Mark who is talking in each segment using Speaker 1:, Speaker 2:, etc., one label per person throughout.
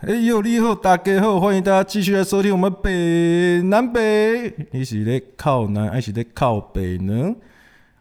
Speaker 1: 哎呦，你好，大家好，欢迎大家继续来收听我们北南北。你是在靠南还是在靠北呢？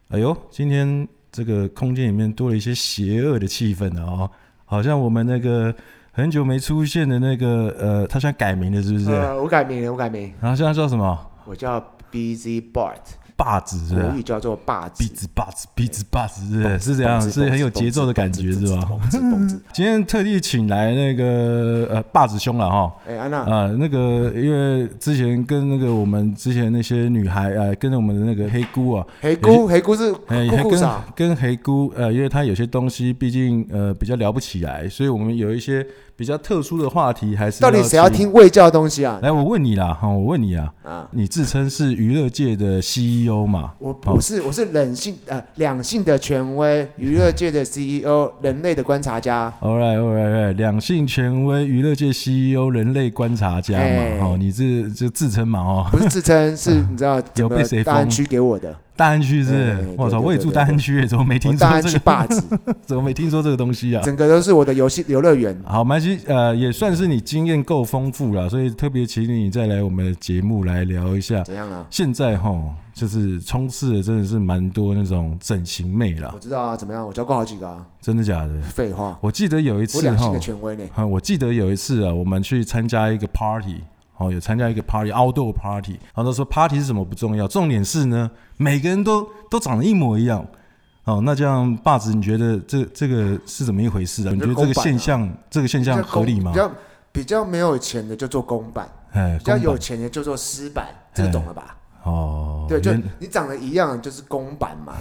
Speaker 1: 哎呦，今天这个空间里面多了一些邪恶的气氛啊、哦，好像我们那个很久没出现的那个呃，他现在改名了是不是？
Speaker 2: 呃，我改名了，我改名，
Speaker 1: 然后现在叫什么？
Speaker 2: 我叫 BZ Bart，
Speaker 1: 霸子是
Speaker 2: 国
Speaker 1: 吧？
Speaker 2: 语叫做霸
Speaker 1: 壁
Speaker 2: 子，
Speaker 1: 纸霸子，壁纸霸子是不是啊是这样，是很有节奏的感觉是吧？
Speaker 2: 蹦子蹦 子。
Speaker 1: 今天特地请来那个呃霸子兄了哈。
Speaker 2: 哎，安娜，
Speaker 1: 啊，那个，因为之前跟那个我们之前那些女孩，呃，跟着我们的那个黑姑啊，
Speaker 2: 黑姑，黑姑是
Speaker 1: 哎，
Speaker 2: 姑姑
Speaker 1: 跟
Speaker 2: 嫂，
Speaker 1: 跟黑姑，呃，因为她有些东西毕竟呃比较聊不起来，所以我们有一些比较特殊的话题，还是
Speaker 2: 到底谁要
Speaker 1: 请？
Speaker 2: 听卫教的东西啊？
Speaker 1: 来，我问你啦，哈，我问你啊，
Speaker 2: 啊，
Speaker 1: 你自称是娱乐界的 CEO 嘛？
Speaker 2: 我
Speaker 1: 好
Speaker 2: 我是我是人性呃两性的权 威，娱乐界的 CEO，人类的观察家。
Speaker 1: All right, all right, all right. 两性权威、娱乐界 CEO、人类观察家
Speaker 2: 哎
Speaker 1: 嘛，哦，你这这自称嘛，哦，
Speaker 2: 不是 自称，是你知道整
Speaker 1: 被
Speaker 2: 个
Speaker 1: 谁
Speaker 2: 大安
Speaker 1: 封
Speaker 2: 区给我的，
Speaker 1: 大安区是不是
Speaker 2: 哎对
Speaker 1: 我操，
Speaker 2: 对
Speaker 1: 我也
Speaker 2: 对
Speaker 1: 住
Speaker 2: 对
Speaker 1: 大安区耶，怎么没
Speaker 2: 我
Speaker 1: 听
Speaker 2: 大
Speaker 1: 说
Speaker 2: 安
Speaker 1: 这
Speaker 2: 区
Speaker 1: 个？
Speaker 2: 霸子，
Speaker 1: 怎么没听说这个东西啊？
Speaker 2: 整个都是我的游戏游乐园。
Speaker 1: 好，蛮西，呃，也算是你经验够丰富了，所以特别请你再来我们的节目来聊一下。
Speaker 2: 怎样啊？
Speaker 1: 现在哈，就是充斥的真的是蛮多那种整形妹啦
Speaker 2: 我，知道啊，怎么样？我教过好几个啊。
Speaker 1: 真的假的？
Speaker 2: 废话，
Speaker 1: 我记得有一
Speaker 2: 我
Speaker 1: 次
Speaker 2: 两性
Speaker 1: 哈
Speaker 2: 的，权威呢。
Speaker 1: 啊，我记得有一次啊，我们去参加一个 party，哦，有参加一个 party，outdoor party，然后他说 party 是什么不重要，重点是呢，每个人都都长得一模一样。哦，那这样霸子，你觉得这这个是怎么一回事啊？你觉得这个
Speaker 2: 公版啊
Speaker 1: 现象，这个现
Speaker 2: 比较
Speaker 1: 象
Speaker 2: 公
Speaker 1: 合理吗
Speaker 2: 比？较比较没有钱的就做公版，
Speaker 1: 哎，
Speaker 2: 比较
Speaker 1: 公版哎
Speaker 2: 有钱的就做私版，这个懂了吧？
Speaker 1: 哦，
Speaker 2: 对，就
Speaker 1: 原
Speaker 2: 你长得一样就是公版 嘛，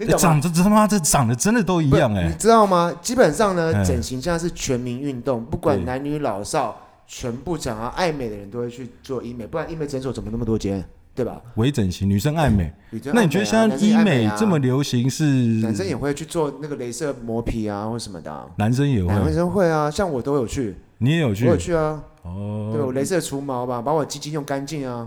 Speaker 2: 你
Speaker 1: 欸
Speaker 2: 懂吗？
Speaker 1: 长得这他妈这长得真的都一
Speaker 2: 不
Speaker 1: 样哎、
Speaker 2: 你知道吗？基本上
Speaker 1: 哎
Speaker 2: 呢，整形现在是全民运动，不管
Speaker 1: 对
Speaker 2: 男女老少，全部想要爱美的人都会去做医美，不然医美诊所怎么那么多间，对吧？
Speaker 1: 微整形，女生爱美。
Speaker 2: 女生爱美啊
Speaker 1: 那你觉得现在
Speaker 2: 男生也
Speaker 1: 医
Speaker 2: 爱
Speaker 1: 美
Speaker 2: 啊
Speaker 1: 这么流行是
Speaker 2: 男生也会去做那个镭射磨皮啊或什么的啊、
Speaker 1: 男生也
Speaker 2: 男
Speaker 1: 会，
Speaker 2: 生会啊，像我都有去，
Speaker 1: 你也有
Speaker 2: 我
Speaker 1: 去
Speaker 2: 有去啊，对
Speaker 1: 哦。
Speaker 2: 我镭射除毛吧，把我鸡鸡用干净啊。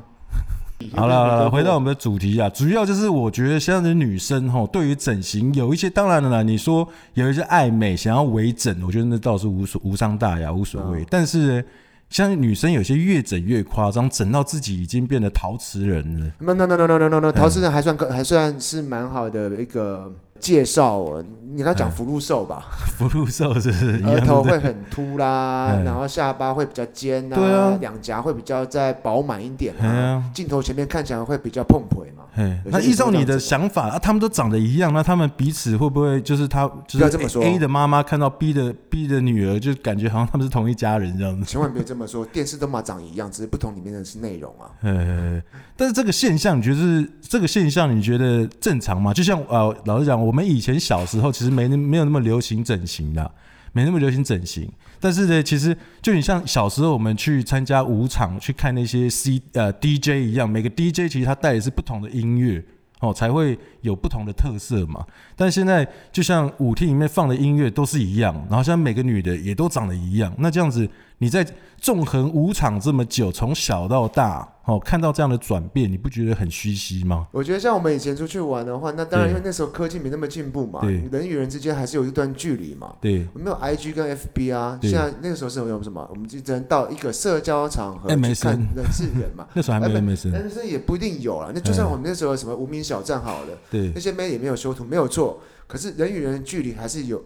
Speaker 1: 好了好了，回到我
Speaker 2: 们
Speaker 1: 们的主题啊，主要就是我觉得现在的女生吼，对于整形有一些，当然了啦，你说有一些爱美想要微整，我觉得那倒是无所无伤大雅，无所谓。
Speaker 2: 嗯
Speaker 1: 但是呢像女生有些越整越夸张，整到自己已经变得陶瓷人 了。
Speaker 2: no no no no no no no
Speaker 1: 嗯
Speaker 2: no，陶瓷人还算还算是蛮好的一个介绍哦。你跟他讲福禄寿吧，
Speaker 1: 福禄寿是不嗯 是一样
Speaker 2: 额头
Speaker 1: 的？
Speaker 2: 会很凸啦
Speaker 1: 哎，
Speaker 2: 然后下巴会比较尖
Speaker 1: 对啊
Speaker 2: 呐，两颊会比较再饱满一点
Speaker 1: 哎
Speaker 2: 啊，
Speaker 1: 呀，
Speaker 2: 镜头前面看起来会比较碰腿嘛。
Speaker 1: 嘿，
Speaker 2: 有些
Speaker 1: 那依
Speaker 2: 女生
Speaker 1: 照
Speaker 2: 这
Speaker 1: 你
Speaker 2: 样
Speaker 1: 的
Speaker 2: 子
Speaker 1: 想法，啊，他们都长得一样，那他们彼此会不会就是他就是
Speaker 2: 不要这么说
Speaker 1: A A 的妈妈看到 B 的 B 的女儿，就感觉好像他们是同一家人这样子。
Speaker 2: 千万别这么说，电视都嘛长一样，只是不同里面的是内容啊。
Speaker 1: 呃，但是这个现象，你觉得是这个现象，你觉得正常吗？就像呃，老实讲，我们以前小时候其实没那没有那么流行整形的啊、没那么流行整形。但是呢，其实就你像小时候我们去参加舞场去看那些 C 呃 DJ 一样，每个 DJ 其实他带的是不同的音乐。哦，才会有不同的特色嘛。但现在就像舞厅里面放的音乐都是一样，然后像每个女的也都长得一样，那这样子你在纵横舞场这么久，从小到大，哦，看到这样的转变，你不觉得很唏嘘吗？
Speaker 2: 我觉得像我们以前出去玩的话，那当然
Speaker 1: 对
Speaker 2: 因为那时候科技没那么进步嘛，
Speaker 1: 对
Speaker 2: 人与人之间还是有一段距离嘛。
Speaker 1: 对，
Speaker 2: 我们有 IG 跟 FB 啊，
Speaker 1: 对
Speaker 2: 现在那个时候是有什么？我们就只能到一个社交场合
Speaker 1: MSN。
Speaker 2: 去看人是人嘛
Speaker 1: 那时候还没有
Speaker 2: 哎
Speaker 1: MSN，
Speaker 2: 但是也不一定有啊。那就算我们那时候有什么无名小站好了，
Speaker 1: 哎对
Speaker 2: 那些妹也没有修图，没有错。可是人与人的距离还是有，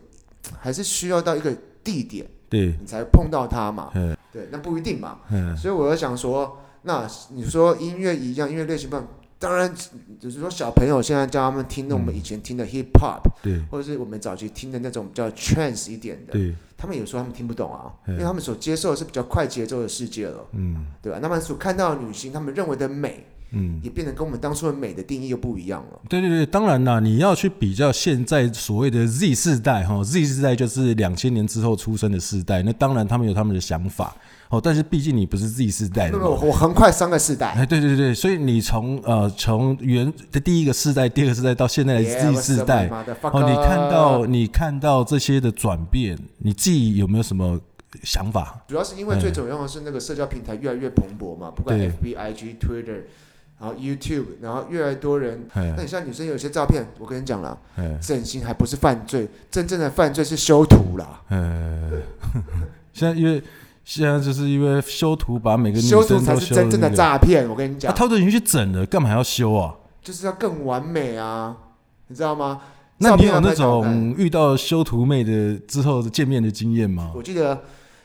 Speaker 2: 还是需要到一个地点
Speaker 1: 对，
Speaker 2: 你才碰到他嘛
Speaker 1: 嗯。
Speaker 2: 对，那不一定嘛。
Speaker 1: 嗯，
Speaker 2: 所以我就想说，那你说音乐一样，音乐类型不一样，当然就是说小朋友现在叫他们听那我们以前听的 hip hop，、
Speaker 1: 对
Speaker 2: 或者是我们早期听的那种比较 trance 一点的，
Speaker 1: 对，
Speaker 2: 他们有时候他们听不懂啊，
Speaker 1: 嗯
Speaker 2: 因为他们所接受的是比较快节奏的世界了，
Speaker 1: 嗯
Speaker 2: 对吧？那么所看到的女星，他们认为的美，
Speaker 1: 嗯。
Speaker 2: 也变得跟我们当初的美的定义又不一样了。
Speaker 1: 对对对，当然啦，你要去比较现在所谓的 Z 世代哈、z 世代就是两千年之后出生的世代，那当然他们有他们的想法哦，但是毕竟你不是 Z 世代
Speaker 2: 那
Speaker 1: 的
Speaker 2: 么
Speaker 1: 嘛，
Speaker 2: 我横跨三个世代，
Speaker 1: 哎，对对对，所以你从呃从原的第一个世代、第二个世代到现在的
Speaker 2: 哎
Speaker 1: Z 世代，哦，你看到你看到这些的转变，你自己有没有什么想法？
Speaker 2: 主要是因为最重要的是那个社交平台越来越蓬勃嘛，不管
Speaker 1: 对
Speaker 2: FB、IG、Twitter，然后 YouTube，然后越来越多人。
Speaker 1: 哎
Speaker 2: 那你像女生有些照片，我跟你讲了，
Speaker 1: 哎
Speaker 2: 整形还不是犯罪，真正的犯罪是修图啦，
Speaker 1: 哎，现在因为现在就是因为修图把每个女
Speaker 2: 修图
Speaker 1: 生
Speaker 2: 才
Speaker 1: 都
Speaker 2: 是真正的
Speaker 1: 诈，
Speaker 2: 诈骗。我跟你
Speaker 1: 啊他
Speaker 2: 讲，
Speaker 1: 偷的已经去整了，干嘛还要修啊？
Speaker 2: 就是要更完美啊，你知道吗？
Speaker 1: 那
Speaker 2: 照
Speaker 1: 你
Speaker 2: 片
Speaker 1: 有
Speaker 2: 啊要
Speaker 1: 那
Speaker 2: 拍得好看
Speaker 1: 种遇到修图妹的之后的见面的经验吗？
Speaker 2: 我记得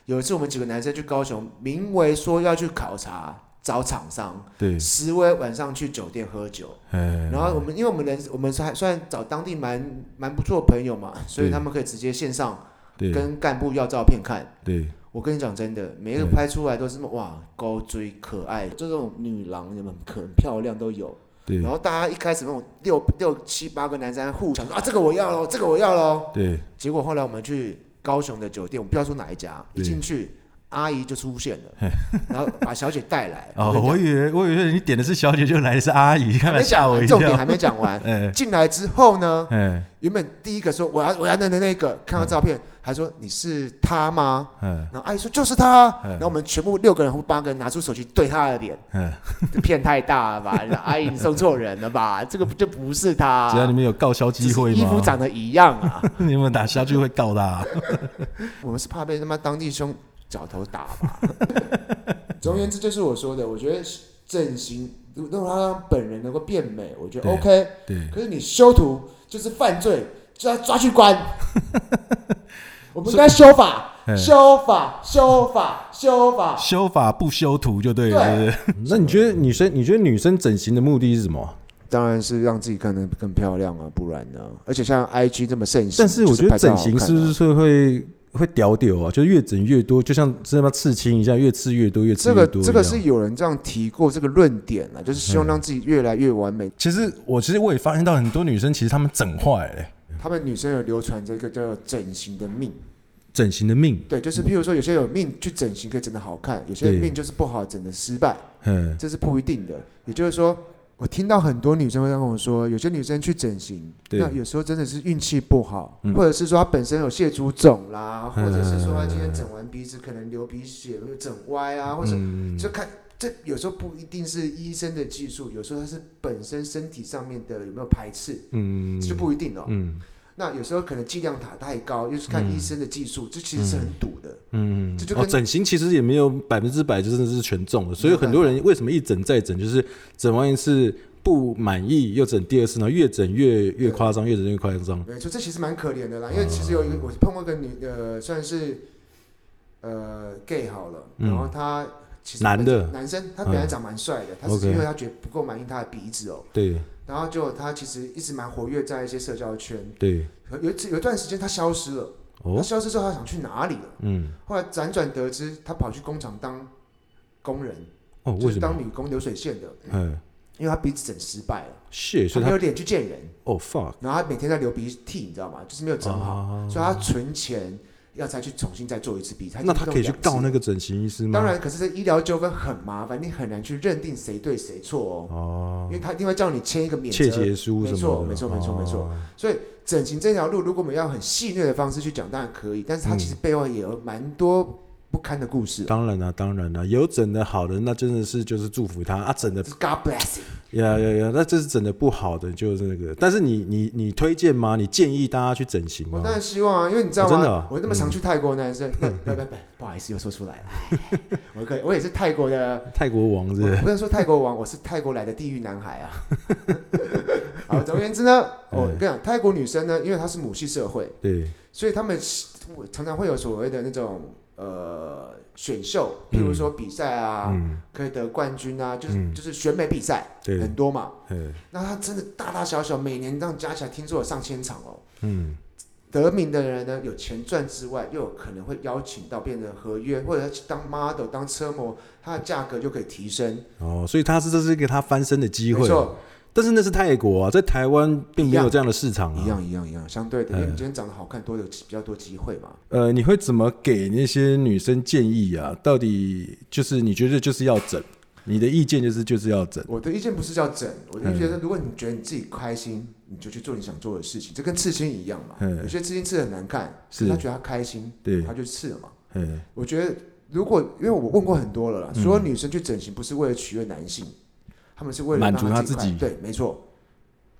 Speaker 2: 有一次我们几个男生去高雄，名为说要去考察找厂商，
Speaker 1: 对，
Speaker 2: 实为晚上去酒店喝酒。
Speaker 1: 哎，
Speaker 2: 然后我们因为我们人我们是还算找当地蛮蛮不错的朋友嘛，所以
Speaker 1: 对
Speaker 2: 他们可以直接线上
Speaker 1: 对
Speaker 2: 跟干部要照片看。
Speaker 1: 对，
Speaker 2: 我跟你讲真的，每一个
Speaker 1: 对
Speaker 2: 拍出来都是哇高追可爱，就这种女郎你们很漂亮都有。
Speaker 1: 对
Speaker 2: 然后大家一开始那种六六七八个男生互相说啊这个我要喽，这个我要喽。
Speaker 1: 对，
Speaker 2: 结果后来我们去高雄的酒店，我不知道说哪一家，一
Speaker 1: 对
Speaker 2: 进去阿姨就出现了， 然后把小姐带来。
Speaker 1: 哦，
Speaker 2: 跟你
Speaker 1: 我以为我以为你点的是小姐，就来的是阿姨，看
Speaker 2: 讲还
Speaker 1: 来
Speaker 2: 没
Speaker 1: 吓
Speaker 2: 讲
Speaker 1: 我一
Speaker 2: 完，重点啊
Speaker 1: 跳。。
Speaker 2: 还没讲 完
Speaker 1: 哎
Speaker 2: 进来之后呢，
Speaker 1: 哎
Speaker 2: 原本第一个说我要我要那那那个，看到照片还说你是他吗？
Speaker 1: 哎
Speaker 2: 然后阿姨说就是他啊。
Speaker 1: 嗯
Speaker 2: 然后我们全部六个人或八个人拿出手机对他的脸，
Speaker 1: 哎，
Speaker 2: 这骗太大了吧？ 阿姨你送错人了吧？这个就不是他
Speaker 1: 只要你
Speaker 2: 啊，
Speaker 1: 们有告消
Speaker 2: 只
Speaker 1: 机
Speaker 2: 是
Speaker 1: 会
Speaker 2: 衣服
Speaker 1: 吗？
Speaker 2: 长得一样啊。
Speaker 1: 你有没有打消机会告他啊？
Speaker 2: 我们是怕被他妈当地凶脚头打 吧。总而言之，就是我说的，我觉得整形如如果他让本人能够变美，我觉得
Speaker 1: 对
Speaker 2: OK。
Speaker 1: 对，
Speaker 2: 可是你修图就是犯罪，就要抓去 关。我们应该修法，
Speaker 1: 哎
Speaker 2: 修法，修法，修法。
Speaker 1: 修法不修图就对了。
Speaker 2: 对啊
Speaker 1: 对不对 那你觉得女生，你觉得女生整形的目的是什么？
Speaker 2: 当然是让自己看得更漂亮啊，不然呢？而且像 IG 这么盛行，
Speaker 1: 但是我觉得整形是不
Speaker 2: 就是是
Speaker 1: 会会会屌屌啊？就越整越多，就像这么刺青一样，越刺越多，越刺
Speaker 2: 这
Speaker 1: 越嗯
Speaker 2: 个
Speaker 1: 多。
Speaker 2: 这个是有人这样提过这个论点啊，就是希望让自己越来越完美，
Speaker 1: 其实我其实我也发现到很多女生，其实她们整坏了、欸
Speaker 2: 他们女生有流传这个叫做整形的命，
Speaker 1: 整形的命。
Speaker 2: 对，就是譬如说有些有命去整形可以整得好看，有些
Speaker 1: 嗯对
Speaker 2: 命就是不好整的失败，
Speaker 1: 嗯，
Speaker 2: 这是不一定的。也就是说，我听到很多女生会跟我说，有些女生去整形，
Speaker 1: 对
Speaker 2: 那有时候真的是运气不好，
Speaker 1: 嗯
Speaker 2: 或者是说她本身有蟹足肿啦，
Speaker 1: 嗯
Speaker 2: 或者是说她今天整完鼻子可能流鼻血，或者整歪啊，或者
Speaker 1: 嗯
Speaker 2: 就看。这有时候不一定是医生的技术，有时候她是本身身体上面的有没有排斥，
Speaker 1: 嗯
Speaker 2: 这就不一定哦。
Speaker 1: 嗯
Speaker 2: 那有时候可能剂量打太高，又是看医生的技术，这其实是很赌的。
Speaker 1: 嗯
Speaker 2: 这就
Speaker 1: 哦，
Speaker 2: 跟
Speaker 1: 整形其实也没有百分之百就真的是全中的，所以很多人为什么一整再整，就是整完一次不满意又整第二次，然后越整越越夸张，越整越夸张。
Speaker 2: 没错，这其实蛮可怜
Speaker 1: 哦
Speaker 2: 的啦。因为其实有一个我碰过一个女呃，算是呃 gay 好了，
Speaker 1: 嗯
Speaker 2: 然后她其实
Speaker 1: 男的嗯
Speaker 2: 男生，他本来长蛮帅的，他是
Speaker 1: OK
Speaker 2: 因为他觉得不够满意他的鼻子哦，
Speaker 1: 对
Speaker 2: 然后就他其实一直蛮活跃在一些社交圈。
Speaker 1: 对，
Speaker 2: 可有一次有一段时间他消失了，他
Speaker 1: 哦，
Speaker 2: 消失之后他想去哪里了？
Speaker 1: 嗯，
Speaker 2: 后来辗转得知，他跑去工厂当工人，
Speaker 1: 哦，为
Speaker 2: 就是
Speaker 1: 什么
Speaker 2: 当？女工流水线的，
Speaker 1: 嗯，
Speaker 2: 因为他鼻子整失败了，
Speaker 1: 谢，
Speaker 2: 他
Speaker 1: 所以
Speaker 2: 没
Speaker 1: 他
Speaker 2: 有脸去见人。
Speaker 1: 哦 fuck，
Speaker 2: 然后他每天在流鼻涕，你知道吗？就是没有整好，
Speaker 1: 啊
Speaker 2: 所以他存钱要再去重新再做一次鼻子。
Speaker 1: 那他可以去告那
Speaker 2: 个？
Speaker 1: 个整形医师吗？
Speaker 2: 当然，可是这医疗纠纷很麻烦，你很难去认定谁对谁错哦，
Speaker 1: 哦
Speaker 2: 因，为他一定会叫你签一个免
Speaker 1: 窃
Speaker 2: 责。
Speaker 1: 结书什么的，
Speaker 2: 没错没错没错没错
Speaker 1: 哦，
Speaker 2: 所以整形这条路，如果我们要很戏谑的方式去讲，当然可以，但是它
Speaker 1: 嗯
Speaker 2: 其实背后也有蛮多不堪的故事。啊
Speaker 1: 当然啦、当然啦、啊有整的好的，那真的是就是祝福他啊，整的
Speaker 2: 这是 God bless you。
Speaker 1: 呀呀呀！那这是整的不好的，就是那个。但是你你你推荐吗？你建议大家去整形
Speaker 2: 我
Speaker 1: 吗
Speaker 2: 当？然希望啊，因为你知道
Speaker 1: 哦真的
Speaker 2: 吗
Speaker 1: 哦？
Speaker 2: 我那么常去泰国的男生，不不不， 不好意思，又说出来了。 哎我可以，我也是泰国的
Speaker 1: 泰国王 是不
Speaker 2: 我
Speaker 1: 是？
Speaker 2: 不能说泰国王，我是泰国来的地狱男孩啊。 好，总而言 之呢，
Speaker 1: 嗯
Speaker 2: 我跟你讲，泰国女生呢，因为她是母系社会，
Speaker 1: 对，
Speaker 2: 所以她们常常会有所谓的那种呃选秀，譬如说比赛啊，
Speaker 1: 嗯，
Speaker 2: 可以得冠军啊，就是、
Speaker 1: 嗯
Speaker 2: 就是选美比赛
Speaker 1: 对
Speaker 2: 很，多嘛。
Speaker 1: 嗯
Speaker 2: 那她真的大大小小每年这样加起来，听说有上千场哦。
Speaker 1: 嗯，
Speaker 2: 得名的人呢，有钱赚之外，又有可能会邀请到变成合约，或者去当 model、当车模，它的价格就可以提升。
Speaker 1: 哦，所以他是这是给他翻身的机
Speaker 2: 没
Speaker 1: 会。
Speaker 2: 错，
Speaker 1: 但是那是泰国啊，在台湾并没有这样的市场
Speaker 2: 一
Speaker 1: 啊。
Speaker 2: 样一样一样，相对的，因为
Speaker 1: 嗯
Speaker 2: 你今天长得好看，多有比较多机会嘛。
Speaker 1: 呃，你会怎么给那些女生建议啊？到底就是你觉得就是要整，你的意见就是就是要整。
Speaker 2: 我的意见不是叫整，我的
Speaker 1: 嗯
Speaker 2: 意见是，如果你觉得你自己开心，你就去做你想做的事情，这跟刺青一样嘛。
Speaker 1: 嗯
Speaker 2: 有些刺青刺得很难看，
Speaker 1: 是
Speaker 2: 可他觉得他开心，
Speaker 1: 对
Speaker 2: 他，就刺了嘛。
Speaker 1: 嗯，
Speaker 2: 我觉得，如果因为我问过很多了啦，所有女生去整形不是为了取悦男性，他们是为了
Speaker 1: 满足
Speaker 2: 让他
Speaker 1: 他自
Speaker 2: 尽快
Speaker 1: 己
Speaker 2: 对，没错，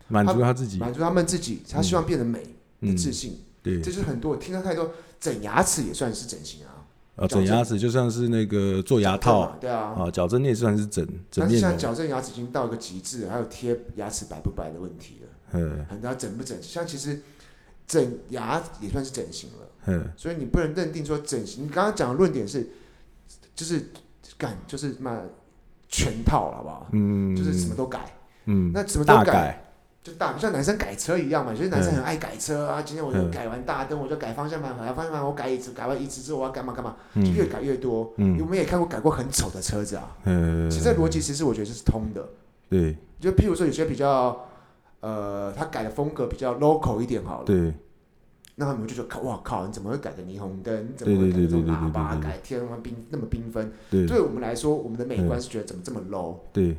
Speaker 1: 满足他自己，
Speaker 2: 满足他们自己，他希望变得美、一
Speaker 1: 嗯，
Speaker 2: 致性，
Speaker 1: 对
Speaker 2: 这，是很多我听到太多整牙齿也算是整形啊，
Speaker 1: 啊，整牙齿就像是那个做牙
Speaker 2: 对
Speaker 1: 套
Speaker 2: 嘛对啊，
Speaker 1: 啊，矫正那也算是整整
Speaker 2: 但是
Speaker 1: 面
Speaker 2: 现在
Speaker 1: 容，
Speaker 2: 矫正牙齿已经到一个极致了，还有贴牙齿白不白的问题了，
Speaker 1: 嗯
Speaker 2: 很多要整不整齐，像其实整牙也算是整形了。
Speaker 1: 嗯，
Speaker 2: 所以你不能认定说整形。你刚刚讲的论点是，就是干就是嘛全套了，好不好？
Speaker 1: 嗯，
Speaker 2: 就是什么都改，
Speaker 1: 嗯，
Speaker 2: 那什么都
Speaker 1: 大
Speaker 2: 改，
Speaker 1: 改，
Speaker 2: 就大像男生改车一样嘛。有些男生很爱改车啊，今天我就
Speaker 1: 嗯
Speaker 2: 改完大灯，我就改方向盘，改完方向盘我改椅子，改完椅子之后我要干嘛干嘛，就
Speaker 1: 嗯
Speaker 2: 越改越多。
Speaker 1: 嗯
Speaker 2: 我们也看过改过很丑的车子啊，
Speaker 1: 呃，
Speaker 2: 其实这逻辑其实我觉得是通的。
Speaker 1: 对
Speaker 2: 就譬如说有些比较，呃，他改的风格比较 local 一点好了，
Speaker 1: 对
Speaker 2: 那他们就觉得哇靠，你怎么会改个霓虹灯？怎么
Speaker 1: 对对
Speaker 2: 会改这
Speaker 1: 对
Speaker 2: 种
Speaker 1: 对对
Speaker 2: 喇叭？
Speaker 1: 对对对
Speaker 2: 改天那么缤那么缤纷？
Speaker 1: 对嗯
Speaker 2: 对我们来说，我们的美观是觉得怎么这么 low？
Speaker 1: 对，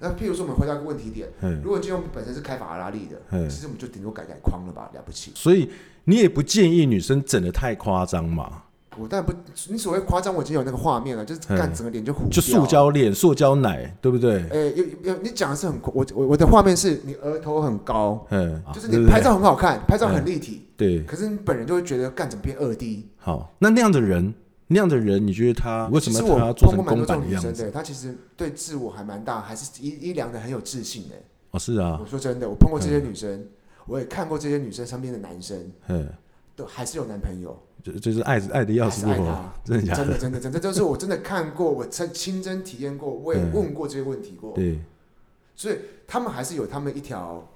Speaker 2: 那譬如说，我们回到一个问题点，
Speaker 1: 嗯
Speaker 2: 如果今天我们本身是开法拉利的，
Speaker 1: 嗯
Speaker 2: 其，实我们就顶多改改框了吧，了不起。
Speaker 1: 所以你也不建议女生整的太夸张嘛，
Speaker 2: 我当然不，你所谓夸张，我已经有那个画面了，就是
Speaker 1: 嗯
Speaker 2: 干整个脸就糊，
Speaker 1: 就塑。胶脸、塑胶奶，对不对？
Speaker 2: 哎，有有，你讲的是很，我我我的画面是你额头很高，
Speaker 1: 嗯，
Speaker 2: 就是
Speaker 1: 对
Speaker 2: 你
Speaker 1: 不对
Speaker 2: 拍照很好看，拍照很立体，
Speaker 1: 对，
Speaker 2: 可是你本人就会觉得干怎么变二 D？
Speaker 1: 好，那那样的人，那样的人，你觉得他为什
Speaker 2: 其
Speaker 1: 么
Speaker 2: 实
Speaker 1: 要
Speaker 2: 我
Speaker 1: 把他
Speaker 2: 碰
Speaker 1: 做
Speaker 2: 过
Speaker 1: 成
Speaker 2: 蛮
Speaker 1: 公
Speaker 2: 多这
Speaker 1: 版
Speaker 2: 种
Speaker 1: 的
Speaker 2: 女
Speaker 1: 样
Speaker 2: 生
Speaker 1: 子？
Speaker 2: 的，她其实对自我还蛮大，还是一一量的很有自信的。
Speaker 1: 哦，是啊
Speaker 2: 我，说真的，我碰过这些女生，我也看过这些女生身边的男生，
Speaker 1: 嗯，
Speaker 2: 都还是有男朋友，
Speaker 1: 就就是爱爱的要
Speaker 2: 还
Speaker 1: 死
Speaker 2: 是
Speaker 1: 不
Speaker 2: 爱
Speaker 1: 活，
Speaker 2: 他。
Speaker 1: 真的假
Speaker 2: 真
Speaker 1: 的？
Speaker 2: 的，真的，真的，这就是我真的看过，我亲亲身体验过，我也
Speaker 1: 嗯
Speaker 2: 问过这些问题过，
Speaker 1: 对，
Speaker 2: 所以他们还是有他们一条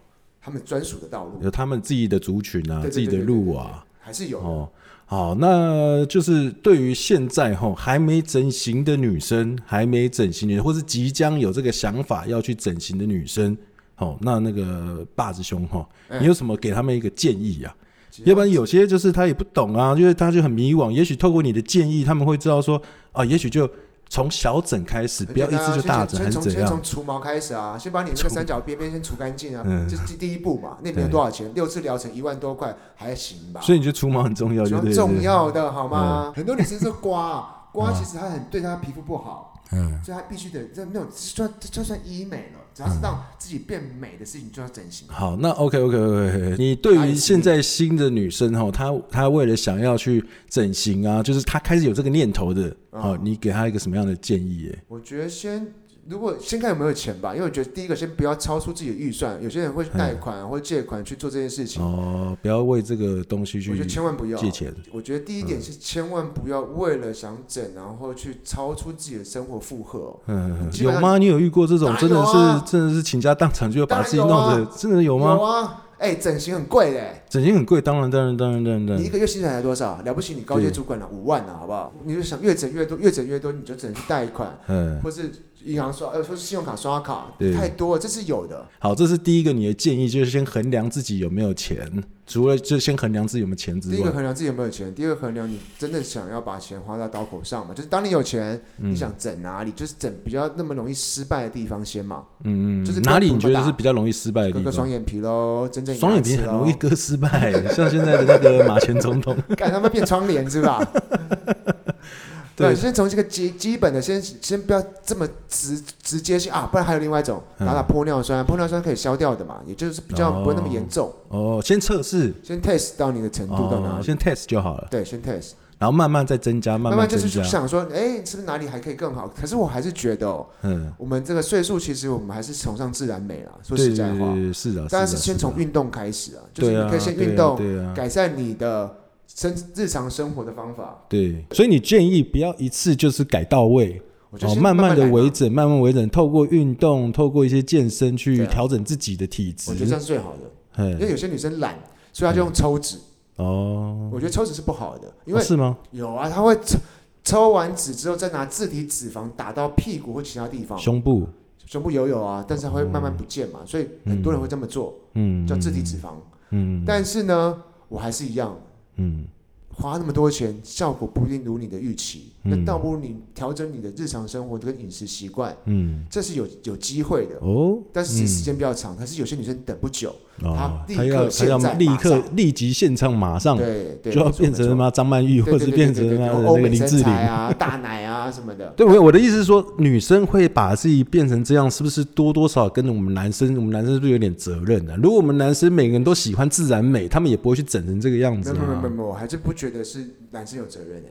Speaker 2: 他们专属的道路，
Speaker 1: 有他们自己的族群啊，
Speaker 2: 对对
Speaker 1: 自己的
Speaker 2: 对对
Speaker 1: 路啊。
Speaker 2: 还是有的。
Speaker 1: 哦，好，那就是对于现在吼还没整形的女生，还没整形的女生，或是即将有这个想法要去整形的女生，哦，那那个霸子兄哈，
Speaker 2: 嗯
Speaker 1: 你有什么给他们一个建议啊？
Speaker 2: 其实
Speaker 1: 要不然有些就是他也不懂啊，因为他就很迷惘。也许透过你的建议，他们会知道说啊，也许就从小整开始，
Speaker 2: 很
Speaker 1: 不要一
Speaker 2: 简单啊
Speaker 1: 直就大整，
Speaker 2: 先先
Speaker 1: 还是
Speaker 2: 先从
Speaker 1: 怎
Speaker 2: 先
Speaker 1: 样？
Speaker 2: 从除毛开始啊，先把你那个三角边边先除干净啊
Speaker 1: 嗯，
Speaker 2: 这是第第一步嘛。那没有多少钱，六次疗程一万多块，还行吧。
Speaker 1: 所以你觉得除毛很重要，
Speaker 2: 主
Speaker 1: 就
Speaker 2: 要
Speaker 1: 对嗯
Speaker 2: 重
Speaker 1: 了。
Speaker 2: 要的好吗？很多女生是刮，啊刮其实它很对她皮肤不好，
Speaker 1: 嗯，
Speaker 2: 所以她必须得这那种就算就算医美了，只要是让自己变美的事情，就要整形。
Speaker 1: 好，那 OK OK OK，你对于现在新的女生哈，她她为了想要去整形啊，就是她开始有这个念头的，
Speaker 2: 嗯
Speaker 1: 哦，你给她一个什么样的建议？哎，
Speaker 2: 我觉得先如果先看有没有钱吧，因为我觉得第一个先不要超出自己的预算，有些人会贷款啊或借款去做这件事情，
Speaker 1: 哦，不要为这个东西
Speaker 2: 我觉得
Speaker 1: 去
Speaker 2: 千万不要啊
Speaker 1: 借钱。
Speaker 2: 我觉得第一点是千万不要为了想整，然后去超出自己的生活负荷哦。
Speaker 1: 嗯，
Speaker 2: 基本
Speaker 1: 有
Speaker 2: 上
Speaker 1: 吗？你有遇过这种
Speaker 2: 当然
Speaker 1: 真的
Speaker 2: 有
Speaker 1: 是、
Speaker 2: 啊
Speaker 1: 真的是倾家荡产就要把
Speaker 2: 当然
Speaker 1: 自己
Speaker 2: 有
Speaker 1: 弄
Speaker 2: 啊
Speaker 1: 得真的有吗？
Speaker 2: 啊，哎、整形很贵嘞，
Speaker 1: 整形很贵，当然当然当然当然当
Speaker 2: 你一
Speaker 1: 然，
Speaker 2: 个月薪水才多少？了不起，你高阶
Speaker 1: 对
Speaker 2: 主管了，五万了，好不好？你就想越整越多，越整越多，你就只能去贷款，
Speaker 1: 嗯，
Speaker 2: 或是银行刷，呃，或是信用卡刷卡
Speaker 1: 对，
Speaker 2: 太多了，这是有的。
Speaker 1: 好，这是第一个你的建议，就是先衡量自己有没有钱，除了就先衡量自己有没有钱之
Speaker 2: 第一个
Speaker 1: 外，
Speaker 2: 衡量自己有没有钱，第二个衡量你真的想要把钱花到刀口上嘛？就是当你有钱，
Speaker 1: 嗯
Speaker 2: 你想整哪里，就是整比较那么容易失败的地方先嘛，
Speaker 1: 嗯嗯，
Speaker 2: 就是
Speaker 1: 哪里你觉
Speaker 2: 不要
Speaker 1: 得
Speaker 2: 打
Speaker 1: 是比较容易失败的
Speaker 2: 割
Speaker 1: 地
Speaker 2: 个双
Speaker 1: 方？
Speaker 2: 眼皮喽，真正
Speaker 1: 双眼皮
Speaker 2: 牙齿哦
Speaker 1: 很
Speaker 2: 咯
Speaker 1: 容易割失败， 像现在的那个马前总 统，
Speaker 2: 干他们变窗帘 是吧？
Speaker 1: 对
Speaker 2: 对，先从这个基基本的先先不要这么直直接性啊，不然还有另外一种
Speaker 1: 嗯
Speaker 2: 打打玻尿酸，玻尿酸可以消掉的嘛，也就是比较
Speaker 1: 哦
Speaker 2: 不会那么严重，
Speaker 1: 哦，先测试，
Speaker 2: 先 test 到你的程嗯度到哪
Speaker 1: 哦，
Speaker 2: 里，
Speaker 1: 先 test 就好了，
Speaker 2: 对，先 test，
Speaker 1: 然后慢慢再增加，慢
Speaker 2: 慢就
Speaker 1: 增
Speaker 2: 是
Speaker 1: 加，
Speaker 2: 想说，哎，是不是哪里还可以更好？可是我还是觉得哦，
Speaker 1: 嗯，
Speaker 2: 我们这个岁数其实我们还是崇尚自然美啦，说
Speaker 1: 对
Speaker 2: 实
Speaker 1: 对
Speaker 2: 在
Speaker 1: 对
Speaker 2: 话，
Speaker 1: 对，是的，
Speaker 2: 当然
Speaker 1: 是
Speaker 2: 是
Speaker 1: 的
Speaker 2: 先从
Speaker 1: 的
Speaker 2: 运动开始啊，就是
Speaker 1: 对啊，
Speaker 2: 你可以先
Speaker 1: 对啊
Speaker 2: 运动，
Speaker 1: 对啊，
Speaker 2: 改善你的生日常生活的方法，
Speaker 1: 对，所以你建议不要一次就是改到位，
Speaker 2: 我觉得
Speaker 1: 哦，
Speaker 2: 先
Speaker 1: 慢慢
Speaker 2: 慢
Speaker 1: 的
Speaker 2: 来嘛啊
Speaker 1: 微整，慢慢微整，透过运动，透过一些健身去
Speaker 2: 对啊
Speaker 1: 调整自己的体质
Speaker 2: 我觉。得这样是最好的。因
Speaker 1: 嗯，
Speaker 2: 为有些女生懒，所以她就用抽脂。
Speaker 1: 哦，
Speaker 2: 我觉得抽脂是不好的，因
Speaker 1: 哦
Speaker 2: 为
Speaker 1: 是吗？
Speaker 2: 有啊，她会抽抽完脂之后再拿自体脂肪打到屁股或其他地方，
Speaker 1: 胸部，
Speaker 2: 胸部也有啊，但是它会慢慢不见嘛，所以很多人会这么做，
Speaker 1: 嗯，
Speaker 2: 叫自体脂肪。
Speaker 1: 嗯，
Speaker 2: 但是呢，我还是一样。
Speaker 1: 嗯，
Speaker 2: 花那么多钱，效果不一定如你的预期，那
Speaker 1: 嗯
Speaker 2: 倒不如你调整你的日常生活跟饮食习惯，
Speaker 1: 嗯，
Speaker 2: 这是有有机会的。
Speaker 1: 哦，
Speaker 2: 但是其实时间比较长，可是有些女生等不久，
Speaker 1: 哦，
Speaker 2: 他
Speaker 1: 他
Speaker 2: 立
Speaker 1: 要
Speaker 2: 刻
Speaker 1: 他要
Speaker 2: 现在
Speaker 1: 立
Speaker 2: 马
Speaker 1: 刻
Speaker 2: 上
Speaker 1: 立即现场马上
Speaker 2: 对
Speaker 1: 嗯
Speaker 2: 对，
Speaker 1: 就要
Speaker 2: 没错
Speaker 1: 变成他。妈张曼玉，
Speaker 2: 没错
Speaker 1: 或
Speaker 2: 对
Speaker 1: 是
Speaker 2: 对对
Speaker 1: 变
Speaker 2: 对
Speaker 1: 成
Speaker 2: 对
Speaker 1: 他
Speaker 2: 对
Speaker 1: 妈的
Speaker 2: 欧
Speaker 1: 那个
Speaker 2: 美
Speaker 1: 林
Speaker 2: 身
Speaker 1: 志
Speaker 2: 材
Speaker 1: 玲。
Speaker 2: 啊、大奶啊什么的，
Speaker 1: 对，我我的意思是说，女生会把自己变成这样，是不是多多少少跟我们男生，我们男生是不是有点责任呢、如果我们男生每个人都喜欢自然美，他们也不会去整 成这个样
Speaker 2: 没
Speaker 1: 子
Speaker 2: 有没有没有
Speaker 1: 啊。
Speaker 2: 没有，我还是不觉得是男生有责任的。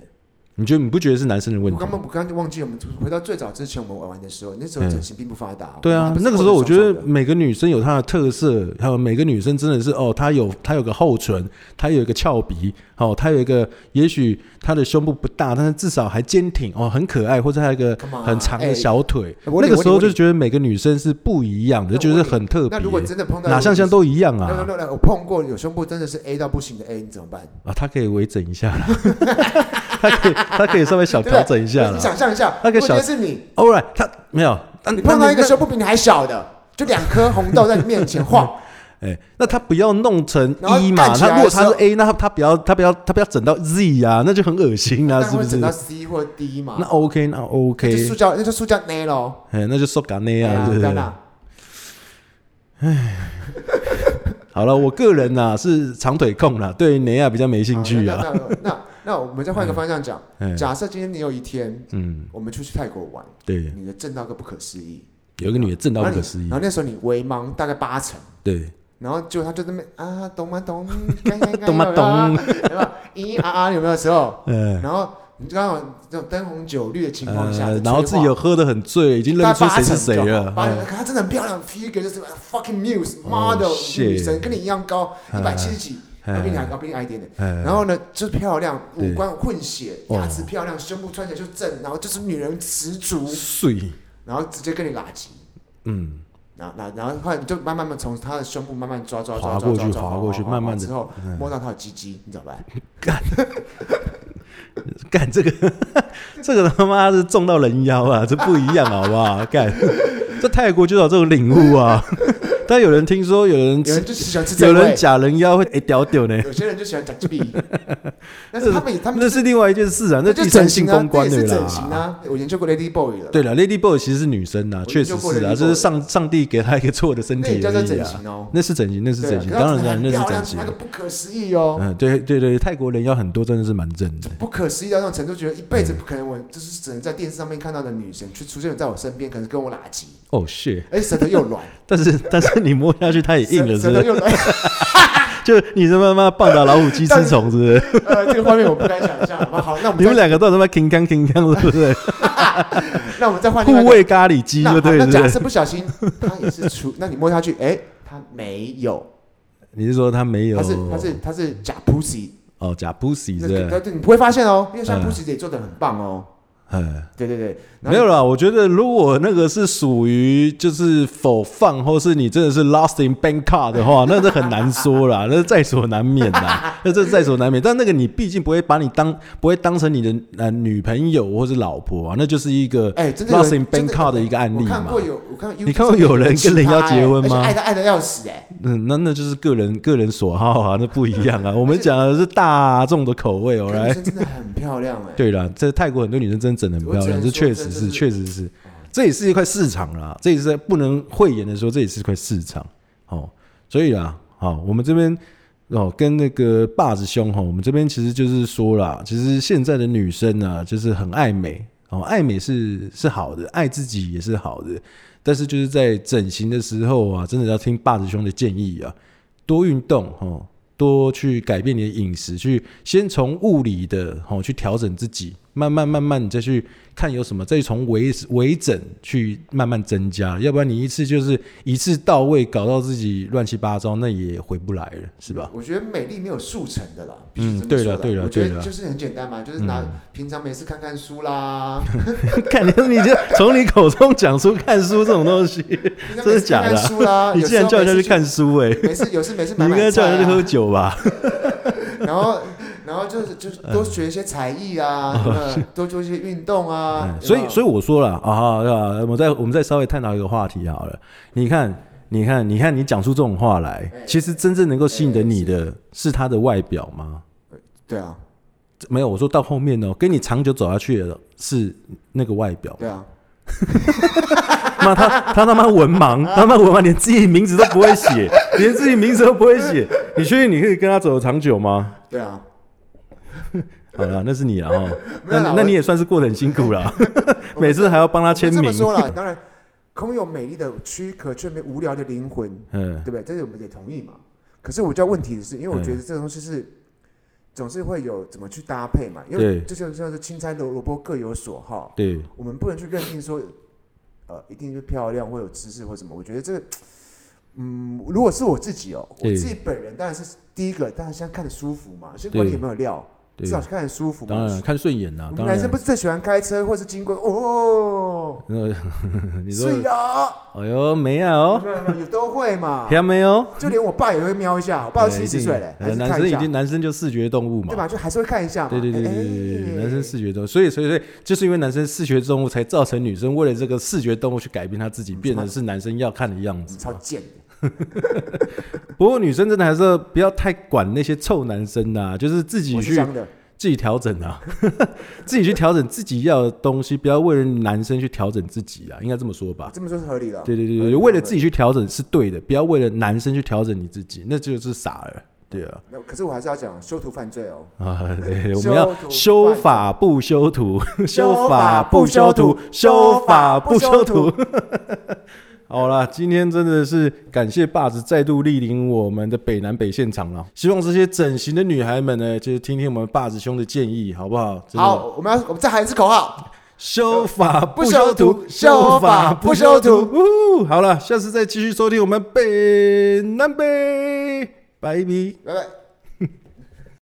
Speaker 1: 你觉得你不觉得是男生的问
Speaker 2: 我
Speaker 1: 题
Speaker 2: 刚？刚我刚刚忘记我们回到最早之前我们玩的时候，那时候
Speaker 1: 对
Speaker 2: 整形并不发达。
Speaker 1: 对
Speaker 2: 我
Speaker 1: 啊
Speaker 2: 们还不，是
Speaker 1: 那个时候我觉得
Speaker 2: 瘦瘦的
Speaker 1: 每个女生有她的特色，还有每个女生真的是哦，她有她有个厚唇，她有一个翘鼻，哦，她有一个也许她的胸部不大，但是至少还坚挺哦，很可爱，或者她有一个
Speaker 2: Come on，
Speaker 1: 很长
Speaker 2: 哎
Speaker 1: 的小腿。
Speaker 2: 我
Speaker 1: 那个
Speaker 2: 我
Speaker 1: 时候
Speaker 2: 我
Speaker 1: 就觉得每个女生是不一样的，
Speaker 2: 那
Speaker 1: 就
Speaker 2: 我
Speaker 1: 是
Speaker 2: 问
Speaker 1: 很特别
Speaker 2: 那。如果真的碰到
Speaker 1: 哪项项都一样
Speaker 2: 那那
Speaker 1: 啊
Speaker 2: 那那我碰过有胸部真的是 A 到不行的 A，你怎么办？
Speaker 1: 啊，她可以微整一下啦， 她可以她可以稍微小
Speaker 2: 对不
Speaker 1: 调
Speaker 2: 对
Speaker 1: 整一下
Speaker 2: 你
Speaker 1: 啦。
Speaker 2: 想象一下，
Speaker 1: 那个
Speaker 2: 如果
Speaker 1: 小
Speaker 2: 今天是你，
Speaker 1: All right，她没有，那
Speaker 2: 你碰到一个
Speaker 1: 那
Speaker 2: 胸部比你还小的，就两颗红豆在你面前晃，
Speaker 1: 哎，那他不要弄成
Speaker 2: 然后
Speaker 1: 一嘛？
Speaker 2: 干起来
Speaker 1: 他如果
Speaker 2: 的时
Speaker 1: 他
Speaker 2: 候
Speaker 1: 是 A，那他他不要他不要他不要整到 Z 啊，那就很恶心 啊，
Speaker 2: 那
Speaker 1: 是不
Speaker 2: 会
Speaker 1: 是
Speaker 2: 整？到 C 或 D 嘛？
Speaker 1: 那 OK，那
Speaker 2: 那就
Speaker 1: OK，
Speaker 2: 塑胶，那就塑胶内咯。
Speaker 1: 哎，那就受感内
Speaker 2: 哎
Speaker 1: 啊，
Speaker 2: 呀
Speaker 1: 对不
Speaker 2: 不要
Speaker 1: 对？
Speaker 2: 啦
Speaker 1: 好了，我个人呐是长腿控啦，对内亚比较没兴趣啊。
Speaker 2: 好那那那那我们再换一个方 向讲，
Speaker 1: 哎，
Speaker 2: 假设今天你有一天，
Speaker 1: 嗯，
Speaker 2: 我们出去泰国玩，
Speaker 1: 对，
Speaker 2: 你的震到个不可思议，
Speaker 1: 有一个女的震到
Speaker 2: 然
Speaker 1: 不
Speaker 2: 后
Speaker 1: 可
Speaker 2: 你
Speaker 1: 思议
Speaker 2: 然，后那时候你微盲大概八成。
Speaker 1: 对，
Speaker 2: 然后结果他就在那边啊，懂吗 懂，该该该
Speaker 1: 懂吗
Speaker 2: 有啦有没有咦啊啊有没有 时候？
Speaker 1: 嗯。
Speaker 2: 然后你刚好这种灯红酒绿的情况下，
Speaker 1: 呃
Speaker 2: 就，
Speaker 1: 然后
Speaker 2: 催
Speaker 1: 自己
Speaker 2: 化
Speaker 1: 有喝得很醉，已经认
Speaker 2: 大概
Speaker 1: 不出
Speaker 2: 八
Speaker 1: 谁是
Speaker 2: 成
Speaker 1: 谁
Speaker 2: 就好
Speaker 1: 了。
Speaker 2: 八
Speaker 1: 哎
Speaker 2: 成，可她真的很漂亮，figure 就是 fucking muse model 女
Speaker 1: 哦 shit
Speaker 2: 神，跟你一样高，一百七十几，
Speaker 1: 哎
Speaker 2: 然后比你还高，比你矮一点点。
Speaker 1: 哎
Speaker 2: 然后呢，就是漂亮，
Speaker 1: 对
Speaker 2: 五官混血，
Speaker 1: 哦
Speaker 2: 牙齿漂亮，胸部穿起来就正，然后就是女人十足，
Speaker 1: 碎，
Speaker 2: 然后直接跟你拉鸡。
Speaker 1: 嗯，
Speaker 2: 然后，然后然后后来你就慢慢慢从她的胸部慢慢抓抓抓
Speaker 1: 划
Speaker 2: 抓
Speaker 1: 过
Speaker 2: 抓
Speaker 1: 去
Speaker 2: 抓，
Speaker 1: 划
Speaker 2: 抓
Speaker 1: 过去
Speaker 2: 抓
Speaker 1: 慢慢地嗯
Speaker 2: 之后摸到她的鸡鸡，你怎么办？
Speaker 1: 干这个，这个他妈是中到人妖啊，这不一样好不好？干，这泰国就有这种领悟啊。但有人听说有人
Speaker 2: 有人就喜欢吃这
Speaker 1: 有
Speaker 2: 味，
Speaker 1: 人假人妖会哎屌屌呢，
Speaker 2: 有些人就喜欢讲鸡 屁，但是他们也他们
Speaker 1: 那是另外一件事啊，
Speaker 2: 那
Speaker 1: 那
Speaker 2: 就
Speaker 1: 第
Speaker 2: 整
Speaker 1: 三性
Speaker 2: 形啊，
Speaker 1: 公关
Speaker 2: 这
Speaker 1: 的
Speaker 2: 也是整形
Speaker 1: 啦。
Speaker 2: 啊。我研究过 Lady Boy 了，
Speaker 1: 对了，Lady Boy 其实是女生啊，
Speaker 2: 我
Speaker 1: 确
Speaker 2: 研究
Speaker 1: 实
Speaker 2: 过
Speaker 1: 是
Speaker 2: Lady
Speaker 1: 啊，
Speaker 2: Boy
Speaker 1: 这是上上帝给她一个错的身
Speaker 2: 那也
Speaker 1: 体
Speaker 2: 叫做
Speaker 1: 而已
Speaker 2: 整
Speaker 1: 啊。
Speaker 2: 形哦。
Speaker 1: 那是整形，那是
Speaker 2: 对啊
Speaker 1: 整形，
Speaker 2: 可是她
Speaker 1: 当然
Speaker 2: 很
Speaker 1: 那是
Speaker 2: 漂亮
Speaker 1: 整形啊
Speaker 2: 那。个不可思议哦，
Speaker 1: 嗯，对对对，泰国人妖很多真的是蛮正的。
Speaker 2: 不可思议到那种程度，觉得一辈子不可能，我
Speaker 1: 嗯
Speaker 2: 就是只能在电视上面看到的女神，却出现在我身边，可能跟我拉鸡，
Speaker 1: 哦、shit！
Speaker 2: 而且舌头又软，
Speaker 1: 但是但是你摸下去它也硬了，是
Speaker 2: 舌舌
Speaker 1: 不
Speaker 2: 头
Speaker 1: 是？
Speaker 2: 又软，
Speaker 1: 就你他妈妈棒打老虎鸡吃虫，是不是？
Speaker 2: 呃，这个画面我不敢想象。好吧好，那我
Speaker 1: 你
Speaker 2: 们
Speaker 1: 们
Speaker 2: 再
Speaker 1: 两个都他妈 king 刚 king 刚，是不 是？
Speaker 2: 那我们再换另外一
Speaker 1: 护
Speaker 2: 个
Speaker 1: 卫咖喱鸡
Speaker 2: 那
Speaker 1: 就
Speaker 2: 好
Speaker 1: 对，
Speaker 2: 那
Speaker 1: 是
Speaker 2: 假
Speaker 1: 不是？
Speaker 2: 设不小心，它也是出，那你摸下去，哎，它没有，
Speaker 1: 你是说他没有？
Speaker 2: 它是它是它是假 pussy，
Speaker 1: 哦，假 pussy 是不
Speaker 2: 那对
Speaker 1: 是？
Speaker 2: 对，你不会发现哦，因为现
Speaker 1: 嗯
Speaker 2: 在 pussy 也做的很棒哦。
Speaker 1: 哎，
Speaker 2: 对对对，然后
Speaker 1: 没有啦。我觉得如果那个是属于就是否放，或是你真的是 lost in Bangkok 的 话，那这很难说啦，那在所难免啦，那这在所难免。但那个你毕竟不会把你当不会当成你的呃女朋友或是老婆啊，那就是一个
Speaker 2: 哎，真的有
Speaker 1: lost
Speaker 2: 人
Speaker 1: in
Speaker 2: 真的
Speaker 1: Bangkok 的一个案例
Speaker 2: 我看
Speaker 1: 嘛
Speaker 2: 过。有，我看 YouTube
Speaker 1: 你看过有人跟人妖结婚吗
Speaker 2: 而且爱他爱的要死哎，
Speaker 1: 嗯，那那就是个人个人所好啊，那不一样啊。我们讲的是大众的口味哦，
Speaker 2: 可
Speaker 1: 来
Speaker 2: 女。生真的很漂亮哎。
Speaker 1: 对啦，这泰国很多女生真的整的很漂亮，
Speaker 2: 我
Speaker 1: 这
Speaker 2: 只能说
Speaker 1: 确实是，
Speaker 2: 这这是
Speaker 1: 确实是，这也是一块市场啦，这也是不能讳言的说，这也是一块市场。哦，所以啦，好、我们这边哦，跟那个霸子兄哈、哦，我们这边其实就是说啦，其实现在的女生呢、就是很爱美哦，爱美是是好的，爱自己也是好的，但是就是在整形的时候啊，真的要听霸子兄的建议啊，多运动哦。多去改变你的饮食，去先从物理的哦去调整自己，慢慢慢慢你再去看有什么，再从微微整去慢慢增加，要不然你一次就是一次到位，搞到自己乱七八糟，那也回不来了，是吧？
Speaker 2: 我觉得美丽没有速成的啦，必
Speaker 1: 嗯
Speaker 2: 须这么说
Speaker 1: 对
Speaker 2: 啦
Speaker 1: 啦对啦
Speaker 2: 我觉
Speaker 1: 对嗯
Speaker 2: 得
Speaker 1: 啦
Speaker 2: 就是很简单嘛，就是拿平常没事看看书 啦，
Speaker 1: 看你，你就从你口中讲出看书这种东西，
Speaker 2: 平常
Speaker 1: 真
Speaker 2: 没
Speaker 1: 的
Speaker 2: 事
Speaker 1: 假的
Speaker 2: 看看
Speaker 1: 啊？
Speaker 2: 书 啦，
Speaker 1: 你
Speaker 2: 有时
Speaker 1: 竟然
Speaker 2: 候
Speaker 1: 叫人
Speaker 2: 没
Speaker 1: 家
Speaker 2: 事
Speaker 1: 去看书哎、
Speaker 2: 没事有事没事
Speaker 1: 你
Speaker 2: 买
Speaker 1: 应该
Speaker 2: 买
Speaker 1: 叫
Speaker 2: 菜
Speaker 1: 人家去喝
Speaker 2: 啊，
Speaker 1: 酒吧？
Speaker 2: 然后然后就是就是
Speaker 1: 嗯
Speaker 2: 多学一些才艺啊，有没有多做一些运动
Speaker 1: 哦
Speaker 2: 啊
Speaker 1: 嗯，所以，所
Speaker 2: 以
Speaker 1: 以我说了啊啊，我们再我们再稍微探讨一个话题好了。你看，你看，你看，你讲出这种话来，其实真正能够吸引得你的是他的外表吗？
Speaker 2: 对啊
Speaker 1: 这没有，我说到后
Speaker 2: 啊
Speaker 1: 面哦，跟你长久走下去的是那个外表。
Speaker 2: 对啊，
Speaker 1: 妈他他他妈文盲，他妈文盲连自己名字都不会写，连自己名字都不会写，你确定你可以跟他走得长久吗？
Speaker 2: 对啊，
Speaker 1: 好了，那是你了哈，
Speaker 2: 没有啦
Speaker 1: 那
Speaker 2: 我
Speaker 1: 那你也算是过得很辛苦 了， 每次还要帮他签
Speaker 2: 这
Speaker 1: 名
Speaker 2: 么，说啦，当然，空有美丽的躯壳，却没无聊的灵魂，
Speaker 1: 嗯
Speaker 2: 对不对？这是我们也同意嘛。可是我就要问题的是，因为我
Speaker 1: 嗯
Speaker 2: 觉得这个东西是总是会有怎么去搭配嘛，因
Speaker 1: 对
Speaker 2: 为这就像是青菜萝萝卜各有所好，
Speaker 1: 对，
Speaker 2: 我们不能去认定说，呃，一定是漂亮或有知识或什么。我觉得这个，嗯，如果是我自己哦，我
Speaker 1: 对
Speaker 2: 自己本人当然是第一个，当然先看着舒服嘛，先管你
Speaker 1: 对
Speaker 2: 有没有料，
Speaker 1: 对
Speaker 2: 至少是看着舒服
Speaker 1: 当
Speaker 2: 嘛。
Speaker 1: 然看顺眼啦
Speaker 2: 我，们
Speaker 1: 当
Speaker 2: 男
Speaker 1: 然
Speaker 2: 生，不是最喜欢开车或是经过哦，
Speaker 1: 呃 你说，
Speaker 2: 是啊，
Speaker 1: 哎呦没啊哦，
Speaker 2: 没有没有有都会 嘛，
Speaker 1: 还没哦，
Speaker 2: 就连我爸也会瞄一下，我爸都七十岁了，
Speaker 1: 呃
Speaker 2: 还是
Speaker 1: 男
Speaker 2: 看
Speaker 1: 生
Speaker 2: 一
Speaker 1: 已
Speaker 2: 下，
Speaker 1: 经男生就视觉动物嘛
Speaker 2: 对，吧？就还是会看一下嘛，
Speaker 1: 对对对对
Speaker 2: 哎
Speaker 1: 对对，男生视觉动物，所以所以所以就是因为男生视觉动物，才造成女生为了这个视觉动物去改变她自己，变成是男生要看的样子。
Speaker 2: 嗯超贱的，
Speaker 1: 不过女生真的还是要不要太管那些臭男生啊，就是自己
Speaker 2: 我是
Speaker 1: 去
Speaker 2: 香的，
Speaker 1: 自己调整啊， 自己去调整自己要的东西，不要为了男生去调整自己啊，应该这么说吧。
Speaker 2: 这么说是合理的，
Speaker 1: 对对对对，为了自己去调整是对的，不要为了男生去调整你自己，那就是傻了。对啊，
Speaker 2: 那可是我还是要讲修图犯罪哦，
Speaker 1: 啊，对， 我
Speaker 2: 修
Speaker 1: 们要
Speaker 2: 图
Speaker 1: 修
Speaker 2: 办
Speaker 1: 法不修图， 修
Speaker 2: 修
Speaker 1: 法
Speaker 2: 法
Speaker 1: 不
Speaker 2: 不
Speaker 1: 修
Speaker 2: 修
Speaker 1: 图
Speaker 2: 图，
Speaker 1: 修
Speaker 2: 修
Speaker 1: 法
Speaker 2: 法
Speaker 1: 不
Speaker 2: 不
Speaker 1: 修
Speaker 2: 修
Speaker 1: 图
Speaker 2: 图。
Speaker 1: 好啦，今天真的是感谢霸子再度莅临我们的北南北现场了。希望这些整形的女孩们呢，就是听听我们霸子兄的建议，好不好？真的，
Speaker 2: 好，我们要我们再喊一次口号，
Speaker 1: 修法不
Speaker 2: 不
Speaker 1: 修
Speaker 2: 修
Speaker 1: 图
Speaker 2: 图，
Speaker 1: 修法
Speaker 2: 修法
Speaker 1: 不
Speaker 2: 不
Speaker 1: 修
Speaker 2: 修
Speaker 1: 图
Speaker 2: 图。
Speaker 1: 呜呼好了，下次再继续收听我们北南北，拜拜。
Speaker 2: 拜拜。